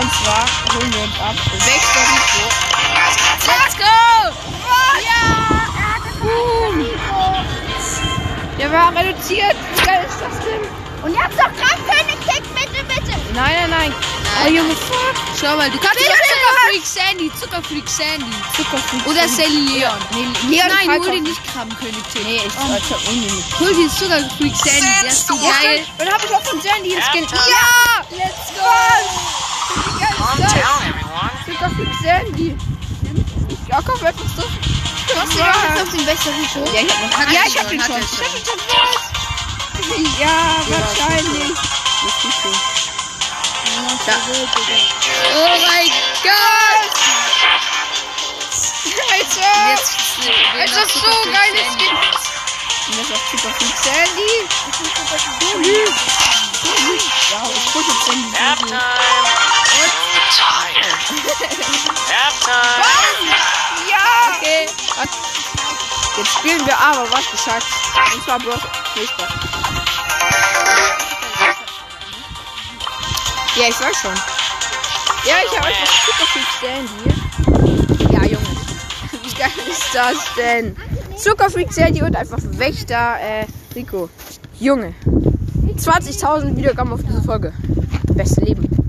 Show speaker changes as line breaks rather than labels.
Also war, holen wir uns ab. Sechster Rico.
Let's go!
Boom. Der war reduziert. Wie geil ist das denn?
Und ihr habt doch gerade keine Kick, bitte, bitte!
Nein, nein, nein. Oh, Junge, fuck.
Schau mal, du kannst
Bitte,
über
bitte,
Zuckerfreak Sandy, Zuckerfreak Sandy.
Zuckerfreak.
Oder Sally Leon.
Nee, Leon
Nein,
Falk
hol dir
auf-
nicht Krabbenkönig Tick.
Nee, ich oh. sollte unbedingt.
Hol dir Zuckerfreak Sandy, der ist so
Ja,
geil.
stimmt. Und dann habe ich auch von Sandy den Skin.
Ja! Let's go!
Calm down, everyone.
Zuckerfreak Sandy. Ja, komm, wir uns doch.
Hast du überhaupt auf den Wächter Rico?
Ja, ich hab noch.
Hat
ja,
er
ich hab den
hat
schon.
er schon.
Ja, wahrscheinlich.
Oh mein Gott!
Alter!
Jetzt, wir
Es
noch
Also, ist so
Zuckerfreak
geiles
Sandy.
Skin. Und das ist auch Zuckerfreak Sandy. Sandy. Ja, ich gucke jetzt Sandy.
Nap time. Tired. Nap time.
Ja! Okay. Was? Jetzt spielen wir aber was gesagt. Und zwar bloß Fußball. Ja, ich weiß schon. Ja, ich habe einfach super viel Sandy. Ja, Junge. Wie geil ist das denn? Zuckerfreak Sandy und einfach Wächter äh, Rico. Junge. 20.000 Wiedergaben auf diese Folge. Beste Leben.